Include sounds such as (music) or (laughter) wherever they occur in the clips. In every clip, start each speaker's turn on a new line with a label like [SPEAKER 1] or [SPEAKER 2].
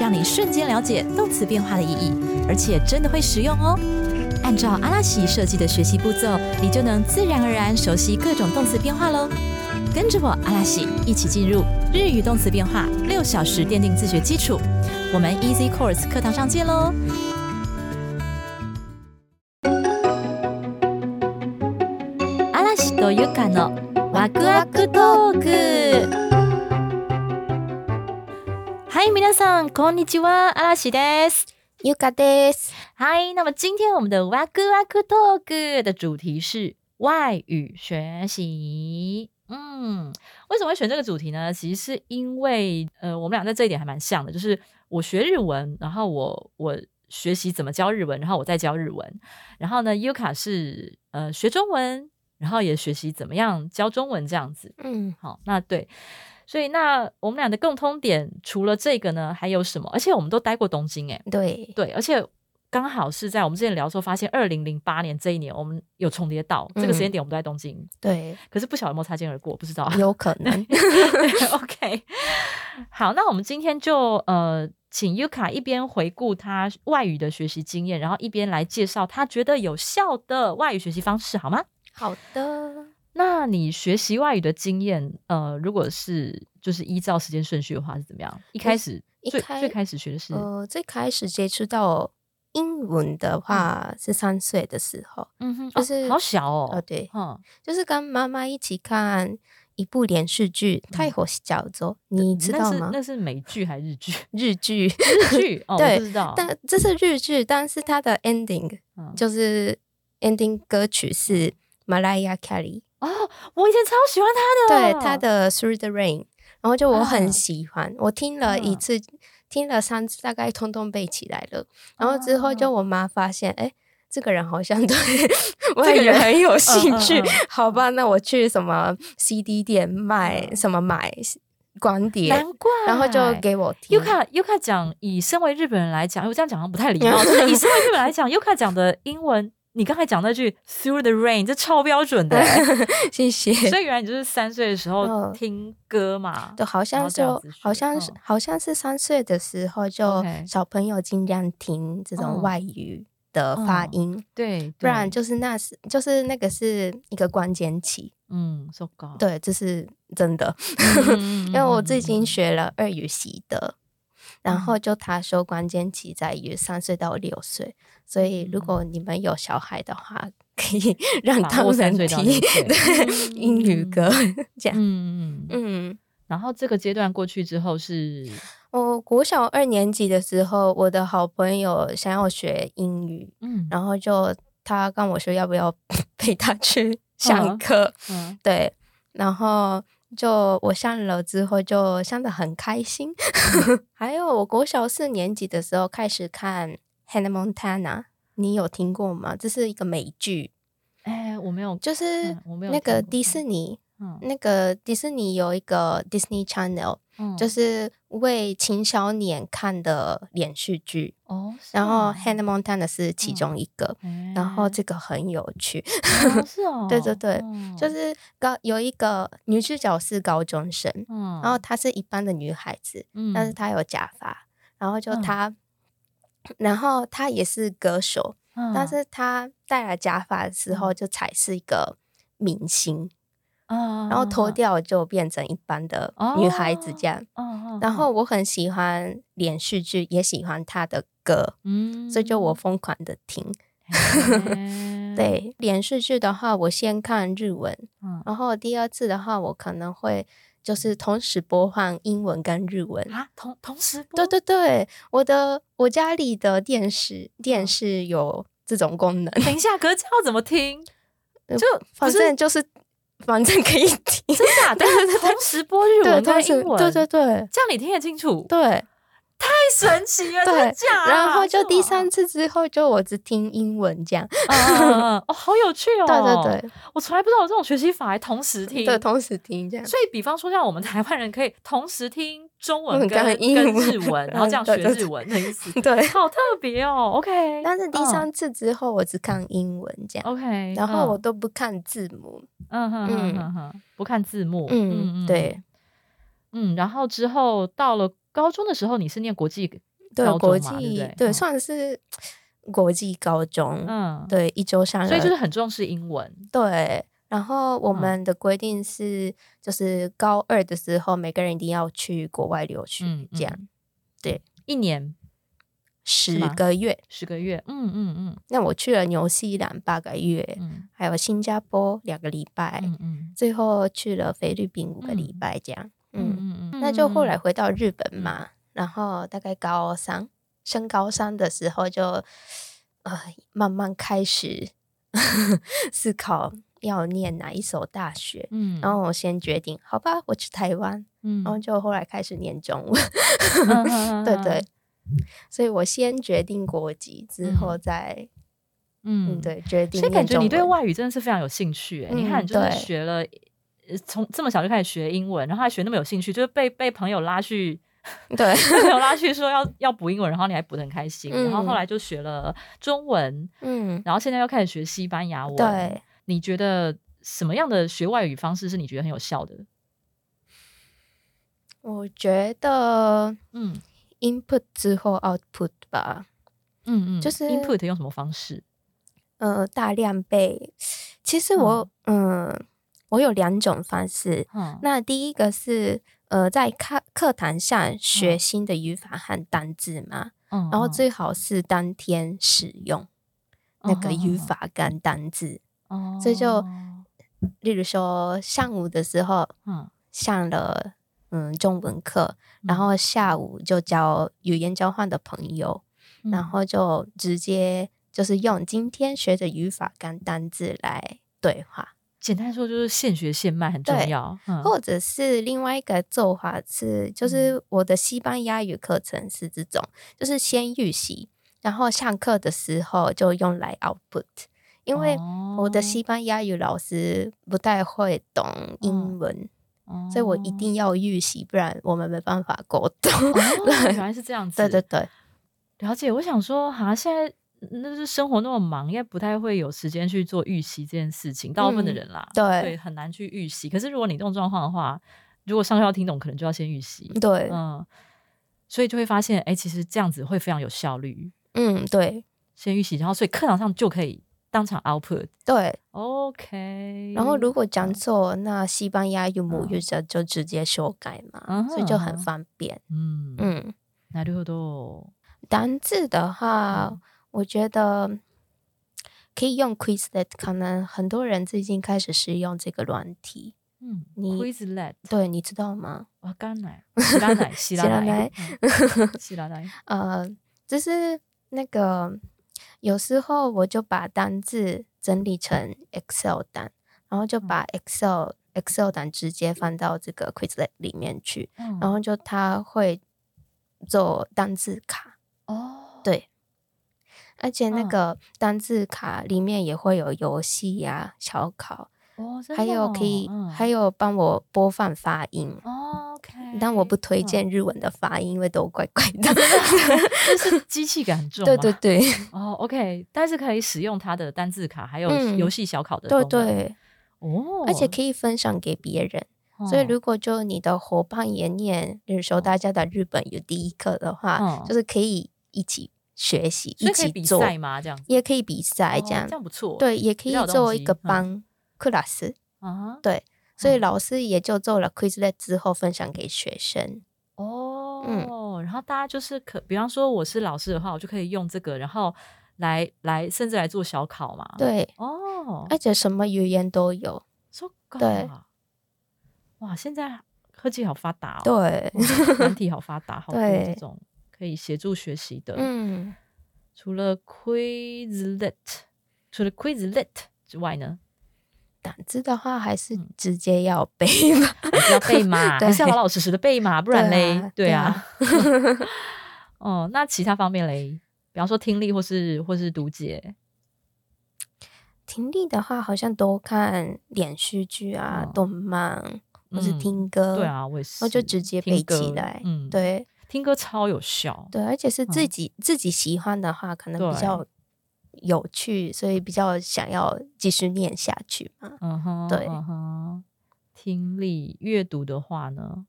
[SPEAKER 1] 让你瞬间了解动词变化的意义，而且真的会实用哦。按照阿拉西设计的学习步骤，你就能自然而然熟悉各种动词变化喽。跟着我阿拉西一起进入日语动词变化六小时奠定自学基础，我们 Easy Course 课堂上见喽！阿拉西とゆかのワクワクトーク。嗨，皆さんこんにちは、阿拉西です。
[SPEAKER 2] ゆかです。
[SPEAKER 1] 嗨，那么今天我们的哇咕哇咕 talk 的主题是外语学习。嗯，为什么会选这个主题呢？其实是因为呃，我们俩在这一点还蛮像的，就是我学日文，然后我我学习怎么教日文，然后我再教日文。然后呢，Yuka 是呃学中文，然后也学习怎么样教中文这样子。
[SPEAKER 2] 嗯，
[SPEAKER 1] 好，那对，所以那我们俩的共通点除了这个呢，还有什么？而且我们都待过东京、欸，
[SPEAKER 2] 对，
[SPEAKER 1] 对，而且刚好是在我们之前聊的时候，发现二零零八年这一年我们有重叠到、这个
[SPEAKER 2] 嗯
[SPEAKER 1] 时间点，我们都在东京，
[SPEAKER 2] 对，
[SPEAKER 1] 可是不晓得有没有擦肩而过，不知
[SPEAKER 2] (laughs)
[SPEAKER 1] 道。
[SPEAKER 2] 有可能。
[SPEAKER 1] 对 OK，好，那我们今天就呃，请 Yuka 一边回顾他外语的学习经验，然后一边来介绍他觉得有效的外语学习方式，好吗？
[SPEAKER 2] 好的，
[SPEAKER 1] 那你学习外语的经验，呃，如果是就是依照时间顺序的话是怎么样？一开始
[SPEAKER 2] 一
[SPEAKER 1] 最
[SPEAKER 2] 开
[SPEAKER 1] 最开始学的是、
[SPEAKER 2] 呃，最开始接触到英文的话是三岁的时候，
[SPEAKER 1] 嗯哼，
[SPEAKER 2] 就
[SPEAKER 1] 哦
[SPEAKER 2] 是
[SPEAKER 1] 好小
[SPEAKER 2] 哦，
[SPEAKER 1] 嗯哦，
[SPEAKER 2] 对，
[SPEAKER 1] 嗯，
[SPEAKER 2] 就是跟妈妈一起看一部连续剧《太火小子》，你知道
[SPEAKER 1] 嗯
[SPEAKER 2] 吗
[SPEAKER 1] 那是那？是美剧还是日
[SPEAKER 2] (laughs)
[SPEAKER 1] 剧？
[SPEAKER 2] 日剧，
[SPEAKER 1] 日剧哦，我
[SPEAKER 2] (laughs) 对
[SPEAKER 1] 不知道。
[SPEAKER 2] 但这是日剧，但是它的 ending
[SPEAKER 1] 嗯
[SPEAKER 2] 就是 ending 歌曲是 Mariah Carey，
[SPEAKER 1] 哦，我以前超喜欢他的，
[SPEAKER 2] 对，他的 Through the Rain，然后就我
[SPEAKER 1] 啊
[SPEAKER 2] 很喜欢，我听了一
[SPEAKER 1] 嗯
[SPEAKER 2] 次，听了三次，大概通通背起来了。然后之后就
[SPEAKER 1] 哦
[SPEAKER 2] 我妈发现，哎、这个人好像 (laughs)
[SPEAKER 1] (laughs)
[SPEAKER 2] 对外
[SPEAKER 1] 这个
[SPEAKER 2] 语
[SPEAKER 1] 人
[SPEAKER 2] 很有兴趣，
[SPEAKER 1] 嗯嗯
[SPEAKER 2] 好吧，那我去什么 CD 店卖、
[SPEAKER 1] 嗯
[SPEAKER 2] 什么买光碟，
[SPEAKER 1] 难怪。
[SPEAKER 2] 然后就给我听。
[SPEAKER 1] Yuka Yuka 讲，以身为日本人来讲，哎我这样讲好像不太礼貌。但是以身为日本人来讲，Yuka 讲的英文，你刚才讲那句 “through the rain”，这超标准的欸。
[SPEAKER 2] (laughs) 谢谢。
[SPEAKER 1] 所以原来你就是三岁的时候
[SPEAKER 2] 嗯
[SPEAKER 1] 听歌嘛。
[SPEAKER 2] 对，
[SPEAKER 1] 然
[SPEAKER 2] 好
[SPEAKER 1] 后
[SPEAKER 2] 像
[SPEAKER 1] 哦这样
[SPEAKER 2] 就
[SPEAKER 1] 子学
[SPEAKER 2] 好像是、
[SPEAKER 1] 嗯
[SPEAKER 2] 好像是三岁的时候，就
[SPEAKER 1] OK
[SPEAKER 2] 小朋友尽量听
[SPEAKER 1] 嗯
[SPEAKER 2] 这种外语的发
[SPEAKER 1] 嗯
[SPEAKER 2] 音，
[SPEAKER 1] 对，
[SPEAKER 2] 不然
[SPEAKER 1] 对
[SPEAKER 2] 就是那是就是那个是一个关键期，
[SPEAKER 1] 嗯，so 嗯 g o
[SPEAKER 2] 对，这是真的， (laughs) 因
[SPEAKER 1] 因
[SPEAKER 2] 为我最
[SPEAKER 1] 嗯
[SPEAKER 2] 近学了二语习的，然后就他说关键期在于三岁到六岁，所以如果你们有小孩的话， (laughs) 可以让
[SPEAKER 1] 嗯把
[SPEAKER 2] 他
[SPEAKER 1] 握嗯三岁
[SPEAKER 2] 们
[SPEAKER 1] 到六
[SPEAKER 2] 听
[SPEAKER 1] 岁
[SPEAKER 2] (laughs) 对英语
[SPEAKER 1] 嗯
[SPEAKER 2] 歌这
[SPEAKER 1] 嗯
[SPEAKER 2] 样，
[SPEAKER 1] 嗯嗯，
[SPEAKER 2] 嗯。
[SPEAKER 1] 然后这个阶段过去之后是
[SPEAKER 2] 我国小二年级的时候，我的好朋友想要学英语，
[SPEAKER 1] 嗯
[SPEAKER 2] 然后就他跟我说要不要 (laughs) 陪他去 (laughs)
[SPEAKER 1] 嗯
[SPEAKER 2] 上课，
[SPEAKER 1] 嗯，
[SPEAKER 2] 对，然后就我上了之后就上的很开心。
[SPEAKER 1] 嗯
[SPEAKER 2] (laughs) 还有我国小四年级的时候开始看《Hannah Montana》，你有听过吗？这是一个美剧，
[SPEAKER 1] 哎、我没有，
[SPEAKER 2] 就是
[SPEAKER 1] 嗯我没有
[SPEAKER 2] 那个
[SPEAKER 1] 听过
[SPEAKER 2] 迪士尼，
[SPEAKER 1] 嗯
[SPEAKER 2] 那个迪士尼有一个 Disney Channel。
[SPEAKER 1] 嗯
[SPEAKER 2] 就是为青少年看的连续剧，
[SPEAKER 1] 哦，是
[SPEAKER 2] 然后
[SPEAKER 1] 哦嗯
[SPEAKER 2] 《Hannah Montana》是其中一个，
[SPEAKER 1] 哎
[SPEAKER 2] 然后这个很有趣，
[SPEAKER 1] 哦是哦，
[SPEAKER 2] 对对对
[SPEAKER 1] 嗯
[SPEAKER 2] 就是高有一个女主角是高中生，
[SPEAKER 1] 嗯，
[SPEAKER 2] 然后她是一般的女孩子，
[SPEAKER 1] 嗯
[SPEAKER 2] 但是她有假发，然后就
[SPEAKER 1] 嗯
[SPEAKER 2] 她，然后她也是歌手，但
[SPEAKER 1] 嗯
[SPEAKER 2] 是她戴了假发的时候就才是一个明星，
[SPEAKER 1] 嗯，
[SPEAKER 2] 然后脱
[SPEAKER 1] 嗯，
[SPEAKER 2] 掉就变成一般的女孩子这样。
[SPEAKER 1] 嗯嗯，
[SPEAKER 2] 然后我很喜欢连续剧，也喜欢他的歌，
[SPEAKER 1] 嗯，
[SPEAKER 2] 所以就我疯狂的听。，
[SPEAKER 1] 嘿哎
[SPEAKER 2] (laughs) 对连续剧的话，我先看日文，
[SPEAKER 1] 嗯
[SPEAKER 2] 然后第二次的话，我可能会就是同时播放英文跟日文。
[SPEAKER 1] 啊，同同时播
[SPEAKER 2] 对对对，我的我家里的电视
[SPEAKER 1] 嗯
[SPEAKER 2] 电视有这种功能，
[SPEAKER 1] 等一下，可是这要怎么听？(laughs)
[SPEAKER 2] 呃
[SPEAKER 1] 就
[SPEAKER 2] 反正就是反正可以听， (laughs)
[SPEAKER 1] 真的啊，但是同时播日
[SPEAKER 2] 对，
[SPEAKER 1] 文
[SPEAKER 2] 同
[SPEAKER 1] 跟
[SPEAKER 2] 时
[SPEAKER 1] 英文，
[SPEAKER 2] 对对对
[SPEAKER 1] 这样你听得清楚。
[SPEAKER 2] 对，
[SPEAKER 1] 太神奇了，
[SPEAKER 2] (laughs)
[SPEAKER 1] 真
[SPEAKER 2] 对
[SPEAKER 1] 的假的啊
[SPEAKER 2] 然后就第，
[SPEAKER 1] 是
[SPEAKER 2] 三
[SPEAKER 1] 吗
[SPEAKER 2] 次之后，就我只听英文这样。
[SPEAKER 1] 嗯嗯嗯哦，好有趣哦，
[SPEAKER 2] (laughs) 对对对，
[SPEAKER 1] 我从来不知道有这种学习法，还同时听，
[SPEAKER 2] 对，同时听这样。
[SPEAKER 1] 所以，比方说，像我们台湾人可以同时听中文
[SPEAKER 2] 嗯
[SPEAKER 1] 跟
[SPEAKER 2] 跟英
[SPEAKER 1] 跟
[SPEAKER 2] 文
[SPEAKER 1] 日文，然后这样
[SPEAKER 2] 嗯
[SPEAKER 1] 学
[SPEAKER 2] 对对
[SPEAKER 1] 日文的意思，
[SPEAKER 2] 对，
[SPEAKER 1] 好特别哦。OK，
[SPEAKER 2] 但是第
[SPEAKER 1] 嗯
[SPEAKER 2] 三次之后，我只看英文这样，
[SPEAKER 1] OK，
[SPEAKER 2] 然后
[SPEAKER 1] 嗯
[SPEAKER 2] 我都不看字母。
[SPEAKER 1] 嗯哼哼
[SPEAKER 2] 嗯
[SPEAKER 1] 哼哼，不看字幕，
[SPEAKER 2] 嗯，，对
[SPEAKER 1] 嗯，然后之后到了国中的时候，你是念国际，
[SPEAKER 2] 对，
[SPEAKER 1] 高
[SPEAKER 2] 国
[SPEAKER 1] 中嘛对不
[SPEAKER 2] 际
[SPEAKER 1] 对
[SPEAKER 2] 对
[SPEAKER 1] 嗯
[SPEAKER 2] 算是国际高中，
[SPEAKER 1] 嗯，，
[SPEAKER 2] 对一周上了，
[SPEAKER 1] 所以就是很重视英文，
[SPEAKER 2] 对。然后我
[SPEAKER 1] 嗯
[SPEAKER 2] 们的规定是，就是高二的时候，每个人一定要去国外留
[SPEAKER 1] 嗯
[SPEAKER 2] 学，这样
[SPEAKER 1] 嗯
[SPEAKER 2] 对，
[SPEAKER 1] 一年
[SPEAKER 2] 十
[SPEAKER 1] 吗
[SPEAKER 2] 个月。
[SPEAKER 1] 十个月，嗯嗯嗯
[SPEAKER 2] 那我去了纽西兰八个月，
[SPEAKER 1] 嗯
[SPEAKER 2] 还有新加坡两个礼拜，
[SPEAKER 1] 嗯嗯
[SPEAKER 2] 最后去了菲律宾五个礼
[SPEAKER 1] 嗯
[SPEAKER 2] 拜，这样。嗯，
[SPEAKER 1] 嗯嗯，
[SPEAKER 2] 那就后来
[SPEAKER 1] 嗯
[SPEAKER 2] 回到日本
[SPEAKER 1] 嗯
[SPEAKER 2] 嘛，然后大概高三升高三的时候就，呃，慢慢开始 (laughs) 思考要念哪一所大学。
[SPEAKER 1] 嗯，
[SPEAKER 2] 然后我先决定，好吧，我去台湾，
[SPEAKER 1] 嗯，
[SPEAKER 2] 然后就后来开始念中文， (laughs)
[SPEAKER 1] 嗯
[SPEAKER 2] 对对，所以我先决定国籍，之后
[SPEAKER 1] 嗯
[SPEAKER 2] 再
[SPEAKER 1] 嗯
[SPEAKER 2] 嗯对决定
[SPEAKER 1] 所以
[SPEAKER 2] 念中
[SPEAKER 1] 感
[SPEAKER 2] 文。
[SPEAKER 1] 觉你对外语真的是非常有兴趣、欸。你看，
[SPEAKER 2] 嗯
[SPEAKER 1] 就是
[SPEAKER 2] 对
[SPEAKER 1] 学了，呃从这么小就开始学英文，然后还学那么有兴趣，就是被被朋友拉去，
[SPEAKER 2] 对 (laughs)
[SPEAKER 1] 被朋友拉去说要 (laughs) 要补英文，然后你还补的很开心。然后后
[SPEAKER 2] 嗯
[SPEAKER 1] 来就学了中文， (laughs)
[SPEAKER 2] 嗯
[SPEAKER 1] 然后现在又开始学西班牙文。
[SPEAKER 2] 对，
[SPEAKER 1] 你觉得什么样的学外语方式是你觉得很有效的？
[SPEAKER 2] 我觉得
[SPEAKER 1] 嗯
[SPEAKER 2] input 之后 output 吧，
[SPEAKER 1] 嗯嗯，
[SPEAKER 2] 就是
[SPEAKER 1] input 用什么方式？
[SPEAKER 2] 呃大量背。其实我嗯、呃我有两种方式。
[SPEAKER 1] 嗯，
[SPEAKER 2] 那第一个是呃在课课堂上学
[SPEAKER 1] 嗯
[SPEAKER 2] 新的语法和单字嘛，
[SPEAKER 1] 嗯
[SPEAKER 2] 然后
[SPEAKER 1] 嗯
[SPEAKER 2] 最好是当天使用那个
[SPEAKER 1] 嗯嗯
[SPEAKER 2] 语
[SPEAKER 1] 嗯
[SPEAKER 2] 法跟单字。
[SPEAKER 1] 哦，
[SPEAKER 2] 所以就例如说上午的时候
[SPEAKER 1] 嗯，
[SPEAKER 2] 上了嗯中文课，然后下午就交语言交换的朋友，
[SPEAKER 1] 嗯
[SPEAKER 2] 然后就直接就是用今天学的语法跟单字来对话，
[SPEAKER 1] 简单说就是现学现卖很重
[SPEAKER 2] 对
[SPEAKER 1] 要。嗯
[SPEAKER 2] 或者是另外一个做法是，就是我的西班牙语课程是这种，就是先预习，然后上课的时候就用来 output，因为我的
[SPEAKER 1] 哦
[SPEAKER 2] 西班牙语老师不太会懂英文，所以我一
[SPEAKER 1] 哦
[SPEAKER 2] 定要预习，不然我们没办法沟 (laughs) 通。
[SPEAKER 1] 哦，原来是这样子，
[SPEAKER 2] 对对，对，
[SPEAKER 1] 了解。我想说，哈，现在嗯那就是生活那么忙，应该不太会有时间去做预习这件事情，大部分的
[SPEAKER 2] 嗯
[SPEAKER 1] 人啦，
[SPEAKER 2] 对
[SPEAKER 1] 很难去预习。可是如果你这种状况的话，如果上课要听懂，可能就要先预习，
[SPEAKER 2] 对，
[SPEAKER 1] 嗯，所以就会发现，哎、其实这样子会非常有效率，
[SPEAKER 2] 嗯，对
[SPEAKER 1] 先预习，然后所以课堂上就可以当场 output。
[SPEAKER 2] 对。
[SPEAKER 1] OK，
[SPEAKER 2] 然后如果讲错，那西班牙语母
[SPEAKER 1] 嗯
[SPEAKER 2] 语者就直接修改嘛，
[SPEAKER 1] 嗯
[SPEAKER 2] 所以就很
[SPEAKER 1] 哼
[SPEAKER 2] 方便。
[SPEAKER 1] 嗯嗯，
[SPEAKER 2] 嗯，
[SPEAKER 1] なるほど，
[SPEAKER 2] 单字的话，
[SPEAKER 1] 嗯
[SPEAKER 2] 我觉得可以用 Quizlet，可能很多人最近开始使用这个软体。
[SPEAKER 1] 嗯
[SPEAKER 2] 你
[SPEAKER 1] ，Quizlet，
[SPEAKER 2] 对，你知道吗？
[SPEAKER 1] わかん (laughs) ない、知らない、知らない、嗯知らない。
[SPEAKER 2] 呃，就是那个有时候我就把单字整理成 Excel 单，然后就把
[SPEAKER 1] 嗯
[SPEAKER 2] Excel、Excel 单直接放到这个 Quizlet 里面去，
[SPEAKER 1] 嗯
[SPEAKER 2] 然后就他会做单字卡，
[SPEAKER 1] 哦，
[SPEAKER 2] 对而且那
[SPEAKER 1] 嗯
[SPEAKER 2] 个单字卡里面也会有游戏呀、小考，
[SPEAKER 1] 哦，真
[SPEAKER 2] 还
[SPEAKER 1] 的
[SPEAKER 2] 有可以、
[SPEAKER 1] 哦
[SPEAKER 2] 还有帮我播放发音。
[SPEAKER 1] 嗯哦，OK，
[SPEAKER 2] 但我不推
[SPEAKER 1] 嗯，
[SPEAKER 2] 荐日文的发音，因为都怪怪
[SPEAKER 1] (laughs)
[SPEAKER 2] 的。
[SPEAKER 1] 就是机器感很重嘛，
[SPEAKER 2] (laughs) 对对对
[SPEAKER 1] 哦，OK，但是可以使用它的单字卡，还有
[SPEAKER 2] 嗯
[SPEAKER 1] 游戏小考的
[SPEAKER 2] 对
[SPEAKER 1] 功能
[SPEAKER 2] 对，
[SPEAKER 1] 哦，
[SPEAKER 2] 而且可以分享给别人。所以如果就你的伙伴也念，比如说大家的日本语第一课的话
[SPEAKER 1] 哦嗯，
[SPEAKER 2] 就是可以一起学习，
[SPEAKER 1] 所
[SPEAKER 2] 一
[SPEAKER 1] 以可以
[SPEAKER 2] 起
[SPEAKER 1] 比
[SPEAKER 2] 做，
[SPEAKER 1] 赛吗？这样子
[SPEAKER 2] 也可以比赛
[SPEAKER 1] 哦
[SPEAKER 2] 这样
[SPEAKER 1] 这。样不错，
[SPEAKER 2] 对，也
[SPEAKER 1] 较
[SPEAKER 2] 可
[SPEAKER 1] 有
[SPEAKER 2] 以
[SPEAKER 1] 动
[SPEAKER 2] 做一
[SPEAKER 1] 机
[SPEAKER 2] 个
[SPEAKER 1] 嗯
[SPEAKER 2] 帮 class，、
[SPEAKER 1] 啊，
[SPEAKER 2] 对，所以
[SPEAKER 1] 嗯
[SPEAKER 2] 老师也就做了 Quizlet 之后分享给学生。
[SPEAKER 1] 哦，然后大家就是可，比方说我是老师的话，我就可以用这个，然后来来甚至来做小考嘛，，
[SPEAKER 2] 对，
[SPEAKER 1] 哦，
[SPEAKER 2] 而且什么语言都有。
[SPEAKER 1] 说搞
[SPEAKER 2] 对
[SPEAKER 1] 哇，现在科技好发达哦，
[SPEAKER 2] 对，
[SPEAKER 1] 哇软体好发达，好多这
[SPEAKER 2] 对
[SPEAKER 1] 种可以协助学习的。
[SPEAKER 2] 嗯，
[SPEAKER 1] 除了 Quizlet，除了 Quizlet 之外呢，
[SPEAKER 2] 胆子的话还是
[SPEAKER 1] 嗯
[SPEAKER 2] 直接要背吧。
[SPEAKER 1] 还是要背嘛，
[SPEAKER 2] (laughs) 对
[SPEAKER 1] 还是要老老实实的背嘛，不然
[SPEAKER 2] 对
[SPEAKER 1] 嘞
[SPEAKER 2] 啊，
[SPEAKER 1] 对
[SPEAKER 2] 对
[SPEAKER 1] 啊
[SPEAKER 2] 啊。
[SPEAKER 1] (laughs) 哦，那其他方面嘞，比方说听力或是或是读解，
[SPEAKER 2] 听力的话，好像都看连续剧啊、
[SPEAKER 1] 嗯
[SPEAKER 2] 动漫，或是
[SPEAKER 1] 嗯
[SPEAKER 2] 听歌，
[SPEAKER 1] 对，啊，我也是，
[SPEAKER 2] 那哦就直接
[SPEAKER 1] 听
[SPEAKER 2] 背起
[SPEAKER 1] 歌
[SPEAKER 2] 来。
[SPEAKER 1] 嗯，，
[SPEAKER 2] 对
[SPEAKER 1] 听歌超有效，
[SPEAKER 2] 对，而且是自
[SPEAKER 1] 嗯
[SPEAKER 2] 己、自己喜欢的话，可能比
[SPEAKER 1] 对
[SPEAKER 2] 较有趣，所以比较想要继续念下去嘛。
[SPEAKER 1] 嗯哼，
[SPEAKER 2] 对
[SPEAKER 1] 嗯哼，听力阅读的话呢，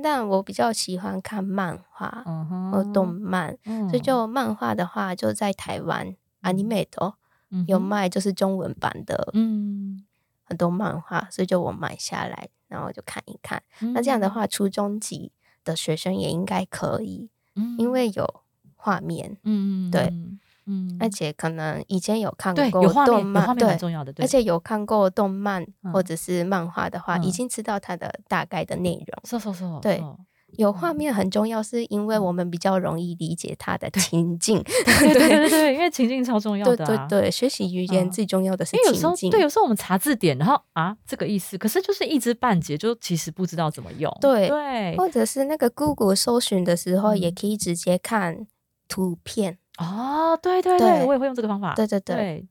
[SPEAKER 2] 但我比较喜欢看漫画
[SPEAKER 1] 嗯哼，
[SPEAKER 2] 和动漫，
[SPEAKER 1] 嗯，
[SPEAKER 2] 所以就漫画的话，就在台湾 anime 的哦
[SPEAKER 1] 嗯
[SPEAKER 2] 有
[SPEAKER 1] 哼，
[SPEAKER 2] 卖，就是中文版的
[SPEAKER 1] 嗯，
[SPEAKER 2] 很多漫画，所以就我买下来，然后就看一看。那这样的
[SPEAKER 1] 嗯，
[SPEAKER 2] 话，初中级的学生也应该可以，
[SPEAKER 1] 嗯
[SPEAKER 2] 因为有画面，
[SPEAKER 1] 嗯，
[SPEAKER 2] 对
[SPEAKER 1] 嗯，嗯，
[SPEAKER 2] 而且可能以前有看
[SPEAKER 1] 对
[SPEAKER 2] 过
[SPEAKER 1] 有画面，
[SPEAKER 2] 动
[SPEAKER 1] 有画
[SPEAKER 2] 漫，
[SPEAKER 1] 面
[SPEAKER 2] 对
[SPEAKER 1] 很，重要的，对，
[SPEAKER 2] 而且有看过动漫
[SPEAKER 1] 嗯
[SPEAKER 2] 或者是漫画的话，
[SPEAKER 1] 嗯
[SPEAKER 2] 已经知道它的大概的内容。
[SPEAKER 1] 是是是，
[SPEAKER 2] 对
[SPEAKER 1] 嗖
[SPEAKER 2] 有
[SPEAKER 1] 嗯
[SPEAKER 2] 画面很重要，是因为我们比较容易理解它的情境。
[SPEAKER 1] (laughs) 对对对对，因为情境超重要
[SPEAKER 2] 对
[SPEAKER 1] 的、啊，
[SPEAKER 2] 对对，学习语言
[SPEAKER 1] 嗯
[SPEAKER 2] 最重要的是
[SPEAKER 1] 因为有时
[SPEAKER 2] 情
[SPEAKER 1] 候
[SPEAKER 2] 境。
[SPEAKER 1] 对，有时候我们查字典，然后啊这个意思，可是就是一知半解，就其实不知道怎么用。
[SPEAKER 2] 对
[SPEAKER 1] 对，
[SPEAKER 2] 或者是那个 Google 搜寻的时候，
[SPEAKER 1] 嗯
[SPEAKER 2] 也可以直接看图片。
[SPEAKER 1] 哦，对对
[SPEAKER 2] 对
[SPEAKER 1] 对，我也会用这个方法。
[SPEAKER 2] 对对对，
[SPEAKER 1] 啊对，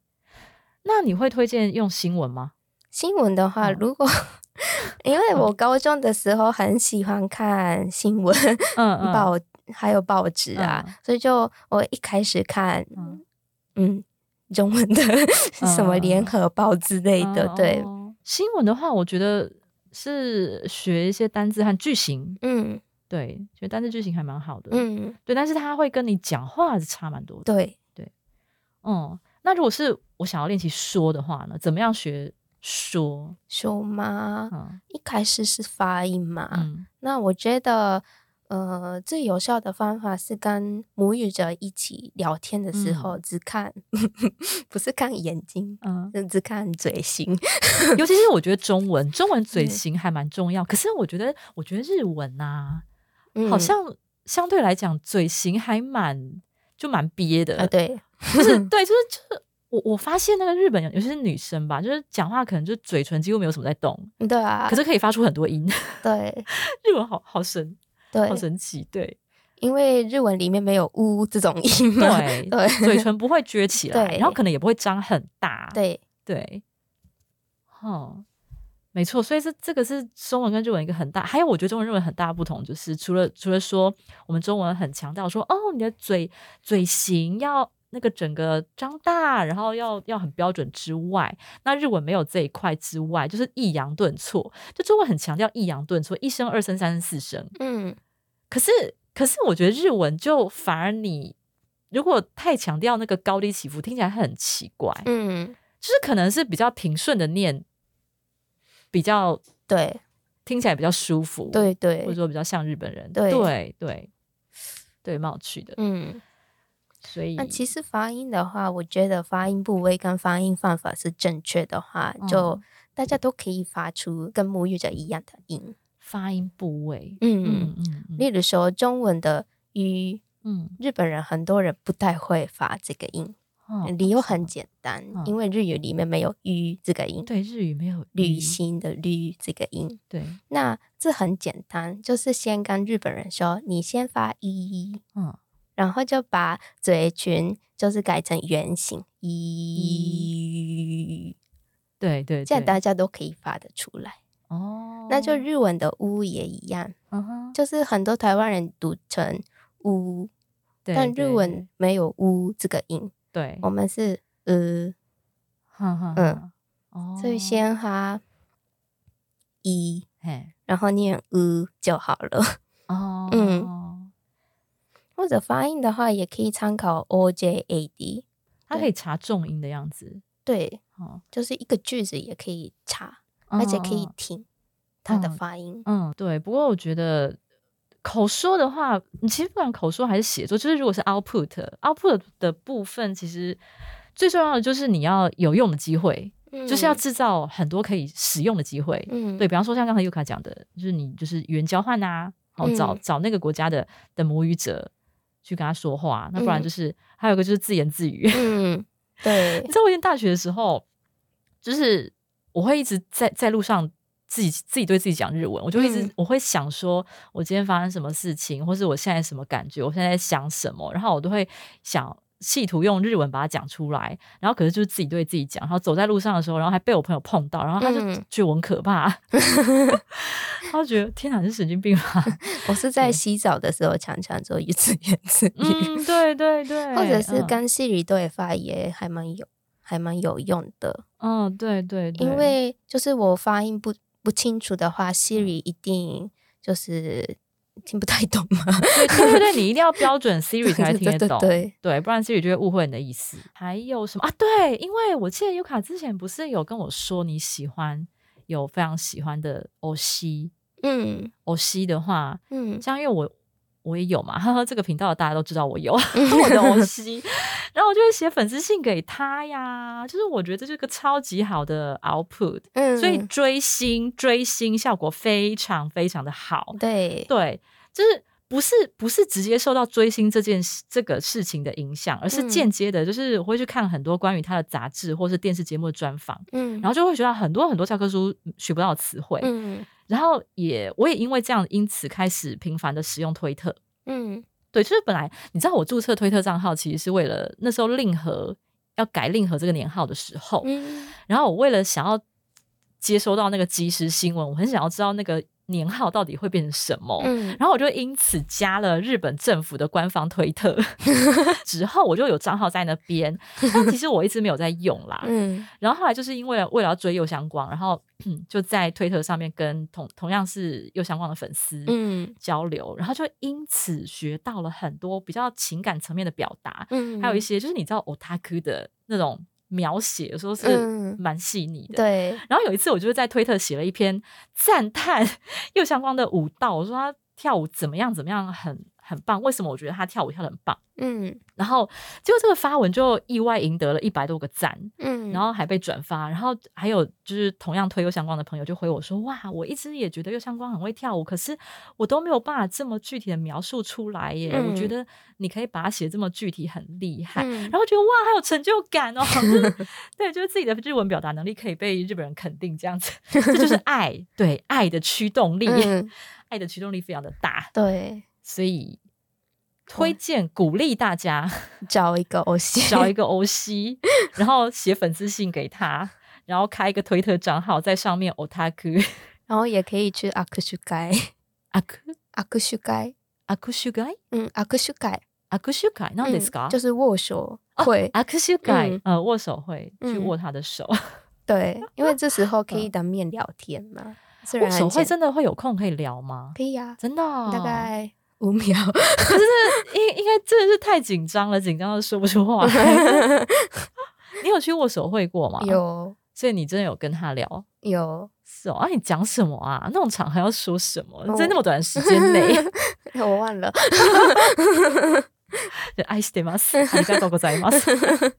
[SPEAKER 1] 那你会推荐用新闻吗？
[SPEAKER 2] 新闻的话，
[SPEAKER 1] 嗯
[SPEAKER 2] 如果 (laughs) 因为我高中的时候很喜欢看新闻、
[SPEAKER 1] 嗯嗯，
[SPEAKER 2] 报，还有报纸啊，
[SPEAKER 1] 嗯
[SPEAKER 2] 所以就我一开始看，
[SPEAKER 1] 嗯
[SPEAKER 2] 嗯，中文的什么
[SPEAKER 1] 嗯嗯
[SPEAKER 2] 联合报之类的，
[SPEAKER 1] 嗯
[SPEAKER 2] 对，
[SPEAKER 1] 哦新闻的话，我觉得是学一些单字和句型，
[SPEAKER 2] 嗯
[SPEAKER 1] 对，学单字句型还蛮好的。，
[SPEAKER 2] 嗯，
[SPEAKER 1] 对，但是他会跟你讲话还是差蛮多的。
[SPEAKER 2] 对，
[SPEAKER 1] 嗯，那如果是我想要练习说的话呢，怎么样学说？
[SPEAKER 2] 说嘛，
[SPEAKER 1] 嗯
[SPEAKER 2] 一开始是发音嘛，
[SPEAKER 1] 嗯
[SPEAKER 2] 那我觉得。呃，最有效的方法是跟母语者一起聊天的时候，只看 (laughs) 不是看眼睛， (laughs)
[SPEAKER 1] 嗯，
[SPEAKER 2] 就只看嘴
[SPEAKER 1] (laughs)
[SPEAKER 2] 型。
[SPEAKER 1] 尤其是我觉得中文，中文嘴
[SPEAKER 2] 嗯
[SPEAKER 1] 型还蛮重要。可是我觉得，我觉得日文呐、
[SPEAKER 2] 嗯
[SPEAKER 1] 好像相对来讲嘴型还蛮就蛮憋的，
[SPEAKER 2] 啊，对，
[SPEAKER 1] 就是呃对，就是就是。我我发现那个日本人，尤其是女生吧，就是讲话可能就嘴唇几乎没有什么在动，
[SPEAKER 2] 对啊
[SPEAKER 1] 可，是可以发出很多音。
[SPEAKER 2] 对
[SPEAKER 1] 日文好好神，好
[SPEAKER 2] 对，
[SPEAKER 1] 神奇，对
[SPEAKER 2] 因为日文里面没有“呜”这种音嘛，
[SPEAKER 1] 对，
[SPEAKER 2] 对
[SPEAKER 1] 嘴唇不会撅起来，
[SPEAKER 2] 对
[SPEAKER 1] 然后可能也不会张很大，
[SPEAKER 2] 对
[SPEAKER 1] 对，哦，没错，所以这这个是中文跟日文一个很大，还有我觉得中文日文很大的不同，就是除了除了说我们中文很强调说哦，你的嘴嘴型要那个整个张大，然后要要很标准之外，那日文没有这一块之外，就是抑扬顿挫，就中文很强调抑扬顿挫，一声、二声、三声、四声，
[SPEAKER 2] 嗯，
[SPEAKER 1] 可是可是我觉得日文就反而你。如果太强调那个高低起伏，听起来很奇怪。
[SPEAKER 2] 嗯，
[SPEAKER 1] 就是可能是比较平顺的念，比较
[SPEAKER 2] 对
[SPEAKER 1] 听起来比较舒服，，
[SPEAKER 2] 对
[SPEAKER 1] 或者
[SPEAKER 2] 对，
[SPEAKER 1] 说比较像日本人，
[SPEAKER 2] 对
[SPEAKER 1] 对对对，蛮有趣的。
[SPEAKER 2] 嗯。
[SPEAKER 1] 所以
[SPEAKER 2] 那其实发音的话，我觉得发音部位跟发音方法是正确的话，就
[SPEAKER 1] 嗯
[SPEAKER 2] 大家都可以发出跟母语者一样的音。
[SPEAKER 1] 发音部位，
[SPEAKER 2] 嗯，
[SPEAKER 1] 嗯嗯嗯
[SPEAKER 2] 例如说中文的“吁”，
[SPEAKER 1] 嗯
[SPEAKER 2] 日本人很多人不太会发这个音，
[SPEAKER 1] 嗯，哦嗯
[SPEAKER 2] 理由很简单，因为日语里面没有“吁”这个音，
[SPEAKER 1] 对日语没有
[SPEAKER 2] 旅
[SPEAKER 1] 语，
[SPEAKER 2] 行的“旅”这个音。
[SPEAKER 1] 对，
[SPEAKER 2] 那这很简单，就是先跟日本人说，你先发一，
[SPEAKER 1] 嗯
[SPEAKER 2] 然后就把嘴唇就是改成圆形一，
[SPEAKER 1] 对对，
[SPEAKER 2] 这样
[SPEAKER 1] 嗯对
[SPEAKER 2] 大家都可以发得出来。
[SPEAKER 1] 哦，
[SPEAKER 2] 那就日文的呜也一样，
[SPEAKER 1] 嗯哼，
[SPEAKER 2] 就是很多台湾人读成呜，
[SPEAKER 1] 对
[SPEAKER 2] 但
[SPEAKER 1] 对
[SPEAKER 2] 日文没有呜这个音，
[SPEAKER 1] 对，
[SPEAKER 2] 我们是呃，
[SPEAKER 1] 嗯
[SPEAKER 2] 嗯，
[SPEAKER 1] 哦，
[SPEAKER 2] 所以先哈一，
[SPEAKER 1] 嘿
[SPEAKER 2] 然后念呜就好了。
[SPEAKER 1] 哦，
[SPEAKER 2] 嗯或者发音的话，也可以参考 O J A D。
[SPEAKER 1] 它可以查重音的样子，
[SPEAKER 2] 对，
[SPEAKER 1] 哦，
[SPEAKER 2] 就是一个句子也可以查，而且可
[SPEAKER 1] 嗯嗯
[SPEAKER 2] 以
[SPEAKER 1] 嗯
[SPEAKER 2] 听它的
[SPEAKER 1] 嗯
[SPEAKER 2] 发音。
[SPEAKER 1] 嗯，对。不过我觉得口说的话，你其实不管口说还是写作，就是如果是 output output 的部分，其实最重要的就是你要有用的机会，
[SPEAKER 2] 嗯
[SPEAKER 1] 就是要制造很多可以使用的机会。
[SPEAKER 2] 嗯
[SPEAKER 1] 对比方说，像刚才尤卡讲的，就是你就是语言交换呐、好、
[SPEAKER 2] 嗯
[SPEAKER 1] 找找那个国家的的母语者去跟他说话，啊那不然
[SPEAKER 2] 嗯
[SPEAKER 1] 就是、还有一个就是自言自语。
[SPEAKER 2] 嗯，对
[SPEAKER 1] 你知道我以前大学的时候，就是我会一直在在路上自己自己对自己讲日文，我就一直、
[SPEAKER 2] 嗯
[SPEAKER 1] 我会想说，我今天发生什么事情，或是我现在什么感觉，我现在在想什么，然后我都会想试图用日文把它讲出来，然后可是就是自己对自己讲，然后走在路上的时候，然后还被我朋友碰到，然后他就
[SPEAKER 2] 嗯
[SPEAKER 1] 觉得我很可怕，他就觉得天哪，你是神经病吧？
[SPEAKER 2] (laughs) 我是在洗澡的时候常常做一次 (laughs) 言自语，
[SPEAKER 1] 嗯，对对对，
[SPEAKER 2] 或者是
[SPEAKER 1] 嗯
[SPEAKER 2] 跟 Siri 对话也还蛮有还蛮有用的，
[SPEAKER 1] 嗯，对对对，嗯
[SPEAKER 2] 因为就是我发音不不清楚的话，Siri 一定就是听不太懂嘛。
[SPEAKER 1] 对对对对，你一定要标准
[SPEAKER 2] (laughs)
[SPEAKER 1] Siri 才会听得懂，
[SPEAKER 2] 对对对
[SPEAKER 1] 不然 Siri 就会误会你的意思。还有什么啊？对，因为我记得尤卡之前不是有跟我说你喜欢有非常喜欢的欧西，
[SPEAKER 2] 嗯
[SPEAKER 1] 欧西的话，
[SPEAKER 2] 嗯，
[SPEAKER 1] 像因为我。我也有嘛，呵呵，这个频道大家都知道 (laughs) 我有我的欧西，然后我就会写粉丝信给他呀，就是我觉得这是个超级好的 output，
[SPEAKER 2] 嗯
[SPEAKER 1] 所以追星追星效果非常非常的好，
[SPEAKER 2] 对
[SPEAKER 1] 对，就是不是不是直接受到追星这件事这个事情的影响，而是
[SPEAKER 2] 嗯
[SPEAKER 1] 间接的，就是我会去看很多关于他的杂志或是电视节目的专访，
[SPEAKER 2] 嗯，
[SPEAKER 1] 然后就会学到很多很多教科书学不到的词汇，
[SPEAKER 2] 嗯
[SPEAKER 1] 然后也我也因为这样，因此开始频繁的使用推特。
[SPEAKER 2] 嗯
[SPEAKER 1] 对，就是本来你知道我注册推特账号其实是为了那时候令和要改令和这个年号的时候，
[SPEAKER 2] 嗯
[SPEAKER 1] 然后我为了想要接收到那个即时新闻，我很想要知道那个年号到底会变成什么，
[SPEAKER 2] 嗯
[SPEAKER 1] 然后我就因此加了日本政府的官方推
[SPEAKER 2] (laughs)
[SPEAKER 1] 特，之后我就有账号在那边，但其实我一直没有在用啦。
[SPEAKER 2] 嗯
[SPEAKER 1] 然后后来就是因为了为了要追右相光，然后 (clears throat) 就在推特上面跟同同样是右相光的粉丝
[SPEAKER 2] 嗯
[SPEAKER 1] 交流，然后就因此学到了很多比较情感层面的表达，
[SPEAKER 2] 嗯，
[SPEAKER 1] 还有一些就是你知道 otaku 的那种描写，有时候是
[SPEAKER 2] 嗯
[SPEAKER 1] 蛮细腻的。
[SPEAKER 2] 对，
[SPEAKER 1] 然后有一次，我就是在推特写了一篇赞叹 (laughs) 右相光的舞蹈，我说他跳舞怎么样怎么样，很很棒。为什么我觉得他跳舞跳的很棒？
[SPEAKER 2] 嗯
[SPEAKER 1] 然后结果这个发文就意外赢得了一百多个赞，
[SPEAKER 2] 嗯，
[SPEAKER 1] 然后还被转发，然后还有就是同样推右相光的朋友就回我说：“哇，我一直也觉得右相光很会跳舞，可是我都没有办法这么具体的描述出来耶。
[SPEAKER 2] 嗯
[SPEAKER 1] 我觉得你可以把它写这么具体，很厉害。
[SPEAKER 2] 嗯
[SPEAKER 1] 然后觉得哇，还有成就感哦， (laughs) 就是对，就是自己的日文表达能力可以被日本人肯定，这样子， (laughs) 这就是爱，对爱的驱动力，
[SPEAKER 2] 嗯
[SPEAKER 1] 爱的驱动力非常的大，
[SPEAKER 2] 对，
[SPEAKER 1] 所以推荐鼓励大
[SPEAKER 2] (laughs)
[SPEAKER 1] 家
[SPEAKER 2] 找一个偶像，
[SPEAKER 1] 找一个欧西，然后写粉丝信给他，然后开一个推特账号，在上面 otaku
[SPEAKER 2] (laughs) 然后也可以去阿克修改，
[SPEAKER 1] aku
[SPEAKER 2] 阿克修改，
[SPEAKER 1] aku shugai
[SPEAKER 2] 嗯，阿克修改，
[SPEAKER 1] aku shugai，那 this
[SPEAKER 2] 嗯
[SPEAKER 1] guy
[SPEAKER 2] 就是握手
[SPEAKER 1] 哦
[SPEAKER 2] 会，
[SPEAKER 1] aku shugai，
[SPEAKER 2] 嗯
[SPEAKER 1] 呃，握手会去
[SPEAKER 2] 嗯
[SPEAKER 1] 握他的手，
[SPEAKER 2] 对，因为这时候可以当面聊天嘛，虽
[SPEAKER 1] 握
[SPEAKER 2] 然很
[SPEAKER 1] 手会
[SPEAKER 2] 简
[SPEAKER 1] 真的会有空可以聊吗？
[SPEAKER 2] 可以啊，
[SPEAKER 1] 真的哦、
[SPEAKER 2] 大概五秒，
[SPEAKER 1] 应应该真的是太紧张了，紧张到说不出
[SPEAKER 2] (laughs)
[SPEAKER 1] 话来。你有去握手会过吗？，
[SPEAKER 2] 有
[SPEAKER 1] 所以你真的有跟他聊。
[SPEAKER 2] 有，
[SPEAKER 1] 是哦，啊，你讲什么啊？那种场合要说什么？
[SPEAKER 2] 哦
[SPEAKER 1] 在那么短的时间
[SPEAKER 2] (laughs)
[SPEAKER 1] 内，
[SPEAKER 2] (laughs) 我忘了，
[SPEAKER 1] 就爱してます，ありがとうございます。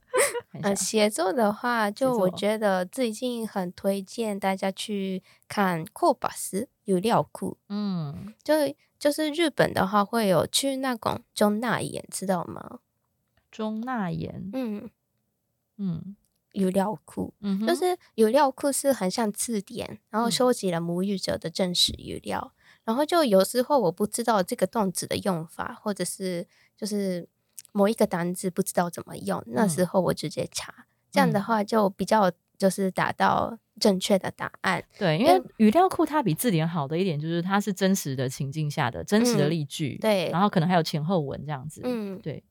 [SPEAKER 2] (laughs)
[SPEAKER 1] 看一下
[SPEAKER 2] 呃，写作的话，就
[SPEAKER 1] 作
[SPEAKER 2] 我觉得最近很推荐大家去看库巴斯有料库，
[SPEAKER 1] 嗯，
[SPEAKER 2] 就就是日本的话会有去那种中那演，知道吗？
[SPEAKER 1] 中纳言，
[SPEAKER 2] 嗯，
[SPEAKER 1] 嗯
[SPEAKER 2] 有料库。
[SPEAKER 1] 嗯哼，
[SPEAKER 2] 就是语料库是很像字典，然后
[SPEAKER 1] 嗯
[SPEAKER 2] 收集了母语者的真实语料。然后就有时候我不知道这个动词的用法，或者是就是某一个单字不知道怎么用，那时候我直接查，这样的
[SPEAKER 1] 嗯
[SPEAKER 2] 话就比较就是达到正确的答案。
[SPEAKER 1] 对，因为语料库它比字典好的一点就是它是真实的情境下的真实的
[SPEAKER 2] 嗯
[SPEAKER 1] 例句，
[SPEAKER 2] 对
[SPEAKER 1] 然后可能还有前后文这样子，
[SPEAKER 2] 嗯，
[SPEAKER 1] 对，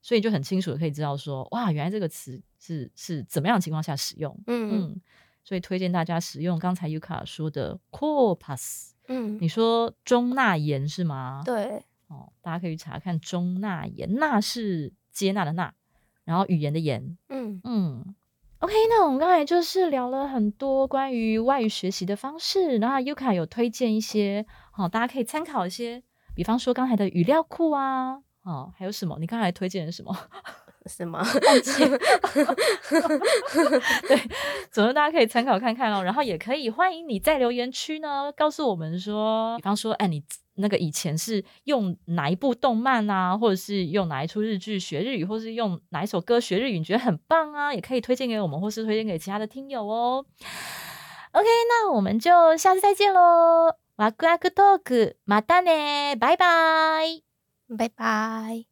[SPEAKER 1] 所以就很清楚的可以知道说，哇，原来这个词是是怎么样的情况下使用。
[SPEAKER 2] 嗯
[SPEAKER 1] 嗯，所以推荐大家使用刚才 Yuka 说的 Corpus。
[SPEAKER 2] 嗯
[SPEAKER 1] 你说中纳言是吗？，
[SPEAKER 2] 对，
[SPEAKER 1] 哦，大家可以查看中纳言，纳是接纳的纳，然后语言的言，
[SPEAKER 2] 嗯
[SPEAKER 1] 嗯。OK，那我们刚才就是聊了很多关于外语学习的方式，然后 Yuka 有推荐一些，好、大家可以参考一些，比方说刚才的语料库啊，哦，还有什么？你刚才推荐了什么？
[SPEAKER 2] 是吗？
[SPEAKER 1] (laughs) 总之，大家可以参考看看哦。然后也可以欢迎你在留言区呢，告诉我们说，比方说，哎，你那个以前是用哪一部动漫啊，或者是用哪一出日剧学日语，或是用哪一首歌学日语，你觉得很棒啊，也可以推荐给我们，或是推荐给其他的听友哦。 OK，那我们就下次再见喽！ワクワクトーク，またね，拜拜。
[SPEAKER 2] (laughs) 拜拜。